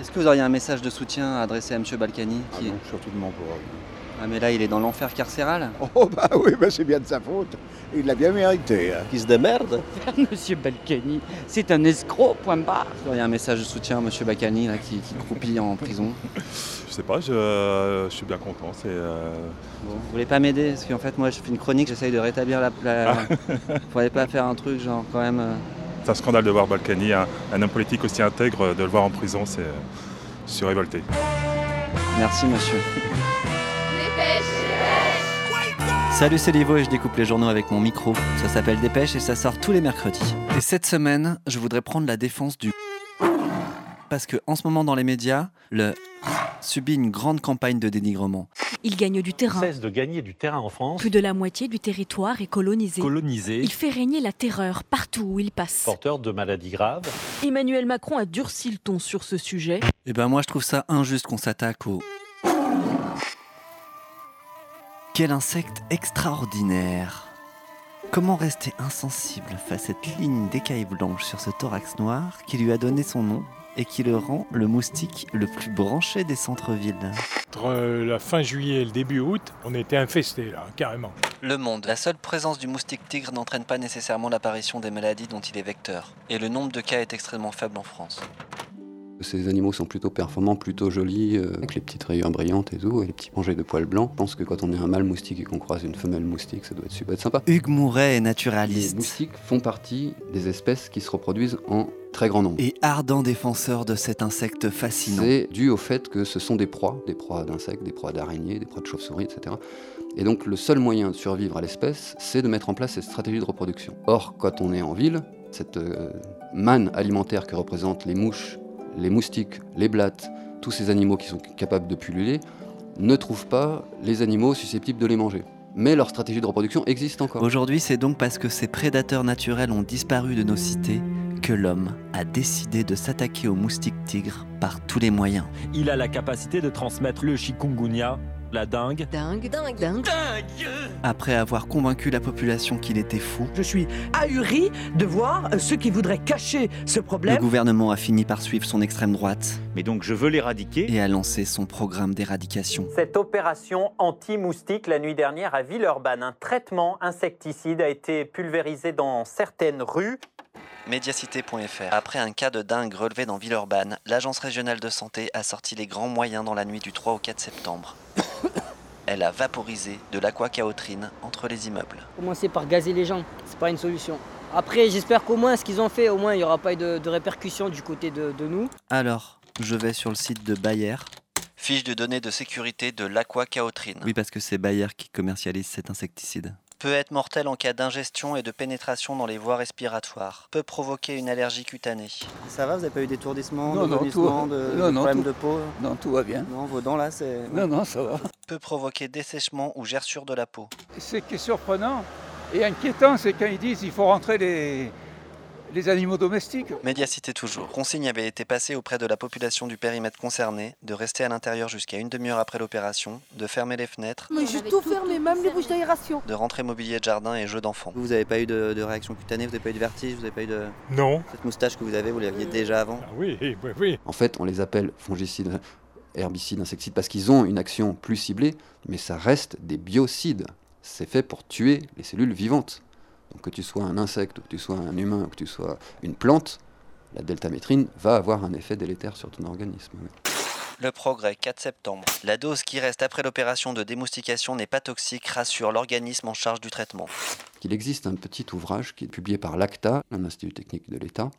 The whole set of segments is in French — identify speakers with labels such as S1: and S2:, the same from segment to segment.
S1: Est-ce que vous auriez un message de soutien à adresser à M. Balkany
S2: Ah
S1: qui est-
S2: non, surtout de mon pauvre.
S1: Ah, mais là, il est dans l'enfer carcéral.
S2: Oh bah oui, bah c'est bien de sa faute. Il l'a bien mérité. hein.
S3: qui se démerde.
S4: Monsieur Balkany, c'est un escroc, point barre.
S1: Est-ce que vous auriez un message de soutien à M. Balkany là, qui, qui croupit en prison
S5: Je sais pas, je, je suis bien content. C'est, euh,
S1: Bon, Vous voulez pas m'aider Parce qu'en fait, moi, je fais une chronique, j'essaye de rétablir la.
S2: Ah.
S1: la... Faudrait pas faire un truc, genre, quand même. euh,
S5: c'est un scandale de voir Balkany, un, un homme politique aussi intègre, de le voir en prison, c'est, euh, je suis révolté.
S1: Merci, monsieur.
S6: Salut, c'est Livo et je découpe les journaux avec mon micro. Ça s'appelle Dépêche et ça sort tous les mercredis. Et cette semaine, je voudrais prendre la défense du. Parce que en ce moment, dans les médias, le subit une grande campagne de dénigrement.
S7: Il gagne du terrain.
S8: cesse de gagner du terrain en France,
S7: Plus de la moitié du territoire est colonisé.
S3: Colonisé.
S7: Il fait régner la terreur partout où il passe.
S8: porteur de maladies graves.
S7: Emmanuel Macron a durci le ton sur ce sujet.
S6: Et ben moi, je trouve ça injuste qu'on s'attaque au. Quel insecte extraordinaire Comment rester insensible face à cette ligne d'écailles blanches sur ce thorax noir qui lui a donné son nom et qui le rend le moustique le plus branché des centres-villes
S9: Entre euh, la fin juillet et le début août, on était infestés là, carrément.
S6: Le Monde. La seule présence du moustique tigre n'entraîne pas nécessairement l'apparition des maladies dont il est vecteur. Et le nombre de cas est extrêmement faible en France.
S10: Ces animaux sont plutôt performants, plutôt jolis, euh, avec les petites rayures brillantes et tout, et les petits rangées de poils blancs. Je pense que quand on est un mâle moustique et qu'on croise une femelle moustique, ça doit être super sympa.
S6: Hugues Mouret est
S10: Les
S6: naturaliste
S10: moustiques font partie des espèces qui se reproduisent en très grand nombre.
S6: et ardent défenseur de cet insecte fascinant.
S10: C'est dû au fait que ce sont des proies, des proies d'insectes, des proies d'araignées, des proies de chauves-souris, etc. Et donc le seul moyen de survivre à l'espèce, c'est de mettre en place cette stratégie de reproduction. Or, quand on est en ville, cette euh, manne alimentaire que représentent les mouches, les moustiques, les blattes, tous ces animaux qui sont capables de pulluler, ne trouvent pas les animaux susceptibles de les manger. Mais leur stratégie de reproduction existe encore.
S6: Aujourd'hui, c'est donc parce que ces prédateurs naturels ont disparu de nos cités que l'homme a décidé de s'attaquer aux moustiques tigres par tous les moyens.
S3: Il a la capacité de transmettre le chikungunya, la dingue.
S7: Dingue, dingue, dingue.
S6: Après avoir convaincu la population qu'il était fou,
S4: Je suis ahuri de voir ceux qui voudraient cacher ce
S6: le
S4: problème.
S6: gouvernement a fini par suivre son extrême droite
S8: Mais donc je veux l'éradiquer.
S6: et a lancé son programme d'éradication.
S4: Cette opération anti-moustique la nuit dernière à Villeurbanne, un traitement insecticide a été pulvérisé dans certaines rues.
S6: Mediacité.fr. Après un cas de dingue relevé dans Villeurbanne, l'Agence régionale de santé a sorti les grands moyens dans la nuit du 3 au 4 septembre. Elle a vaporisé de l'aquacaotrine entre les immeubles.
S4: Commencer par gazer les gens, c'est pas une solution. Après, j'espère qu'au moins ce qu'ils ont fait, au moins il n'y aura pas eu de, de répercussions du côté de, de nous.
S6: Alors, je vais sur le site de Bayer.
S1: Fiche de données de sécurité de l'aquacaotrine.
S6: Oui, parce que c'est Bayer qui commercialise cet insecticide.
S1: Peut être mortel en cas d'ingestion et de pénétration dans les voies respiratoires. Peut provoquer une allergie cutanée.
S4: Ça va, vous n'avez pas eu d'étourdissement,
S2: Non, de non, vomissement, tout- de- non, de non, problèmes tout-
S4: de peau
S2: Non, tout va bien.
S4: Non, vos dents là, c'est.
S2: non, ça va.
S1: Peut provoquer dessèchement ou gerçure de la peau.
S9: Ce qui est surprenant et inquiétant, c'est quand ils disent qu'il faut rentrer les, les animaux domestiques.
S1: Médiacité toujours. Consigne avait été passée auprès de la population du périmètre concerné de rester à l'intérieur jusqu'à une demi-heure après l'opération, de fermer les fenêtres,
S7: Mais j'ai tout fermé, même les bouches d'aération.
S1: de rentrer mobilier de jardin et jeux d'enfants.
S6: Vous n'avez pas eu de, de réaction cutanée, vous n'avez pas eu de vertige, vous n'avez pas eu de.
S9: Non.
S6: Cette moustache que vous avez, vous l'aviez déjà avant.
S9: Ah oui, oui, oui.
S10: En fait, on les appelle fongicides, herbicides, insecticides, parce qu'ils ont une action plus ciblée, mais ça reste des biocides. C'est fait pour tuer les cellules vivantes. Donc que tu sois un insecte, ou que tu sois un humain, ou que tu sois une plante, la deltamétrine va avoir un effet délétère sur ton organisme. oui.
S1: Le progrès, 4 septembre. La dose qui reste après l'opération de démoustication n'est pas toxique, rassure l'organisme en charge du traitement.
S10: Il existe un petit ouvrage qui est publié par l'ACTA, un institut technique de l'État,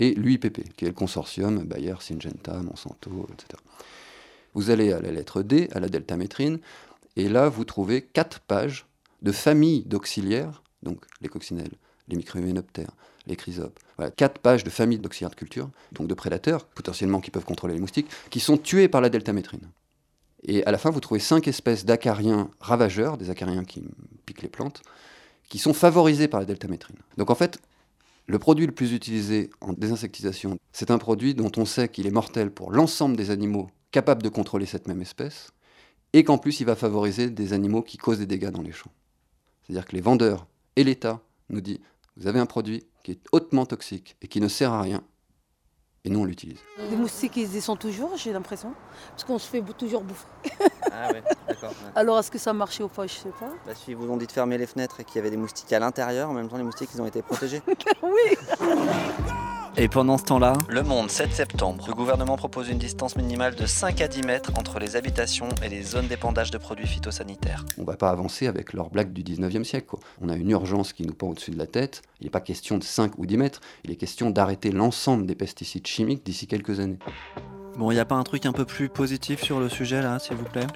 S10: et l'UIPP, qui est le consortium Bayer, Syngenta, Monsanto, etc. Vous allez à la lettre D, à la deltamétrine, et là, vous trouvez quatre pages de familles d'auxiliaires, donc les coccinelles, les microhyménoptères, les chrysopes. Voilà, quatre pages de familles d'auxiliaires de culture, donc de prédateurs, potentiellement qui peuvent contrôler les moustiques, qui sont tués par la deltamétrine. Et à la fin, vous trouvez cinq espèces d'acariens ravageurs, des acariens qui piquent les plantes, qui sont favorisés par la deltamétrine. Donc en fait, le produit le plus utilisé en désinsectisation, c'est un produit dont on sait qu'il est mortel pour l'ensemble des animaux capables de contrôler cette même espèce, et qu'en plus il va favoriser des animaux qui causent des dégâts dans les champs. C'est-à-dire que les vendeurs et l'État nous disent, vous avez un produit qui est hautement toxique et qui ne sert à rien, Et nous, on l'utilise.
S11: Des moustiques, ils y sont toujours, j'ai l'impression. Parce qu'on se fait bou- toujours bouffer.
S6: Ah ouais, d'accord. ouais.
S11: Alors, est-ce que ça marchait ou pas Je sais pas.
S6: Bah, si vous ont dit de fermer les fenêtres et qu'il y avait des moustiques à l'intérieur, en même temps les moustiques ils ont été protégés.
S11: oui
S12: Et pendant ce temps-là,
S6: Le Monde, 7 septembre. Le gouvernement propose une distance minimale de 5 à 10 mètres entre les habitations et les zones d'épandage de produits phytosanitaires.
S10: On va pas avancer avec leurs blagues du 19e siècle. quoi. On a une urgence qui nous pend au-dessus de la tête. Il n'est pas question de 5 ou 10 mètres. Il est question d'arrêter l'ensemble des pesticides chimiques d'ici quelques années.
S12: bon, il n'y a pas un truc un peu plus positif sur le sujet là, s'il vous plaît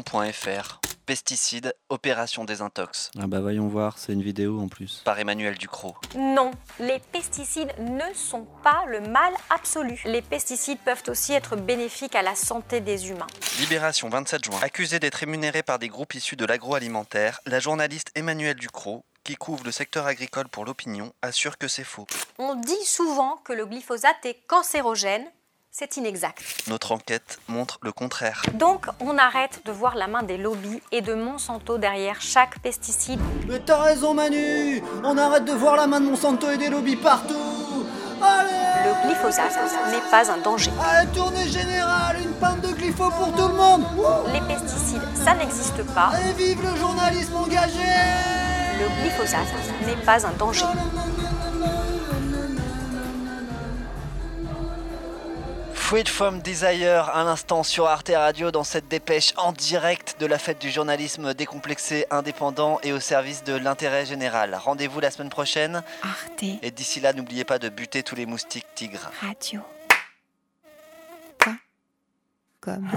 S6: L'opinion.fr. Pesticides, opération désintox.
S12: Ah bah voyons voir, c'est une vidéo en plus.
S6: Par Emmanuel Ducrot.
S7: Non, les pesticides ne sont pas le mal absolu. Les pesticides peuvent aussi être bénéfiques à la santé des humains.
S6: Libération 27 juin. Accusée d'être rémunérée par des groupes issus de l'agroalimentaire, la journaliste Emmanuelle Ducrot, qui couvre le secteur agricole pour l'opinion, assure que c'est faux.
S7: On dit souvent que le glyphosate est cancérogène. C'est inexact.
S6: Notre enquête montre le contraire.
S7: Donc, on arrête de voir la main des lobbies et de Monsanto derrière chaque pesticide.
S13: Mais t'as raison Manu On arrête de voir la main de Monsanto et des lobbies partout
S7: Le glyphosate n'est pas un danger.
S13: Allez, tournée générale, une panne de glypho pour tout le monde
S7: Les pesticides, ça n'existe pas.
S13: Et vive le journalisme engagé
S7: Le glyphosate n'est pas un danger.
S6: Freedom Desire à l'instant sur Arte Radio dans cette dépêche en direct de la fête du journalisme décomplexé, indépendant et au service de l'intérêt général. Rendez-vous la semaine prochaine.
S7: Arte
S6: Et d'ici là, n'oubliez pas de buter tous les moustiques tigres.
S7: Radio.
S14: Comme.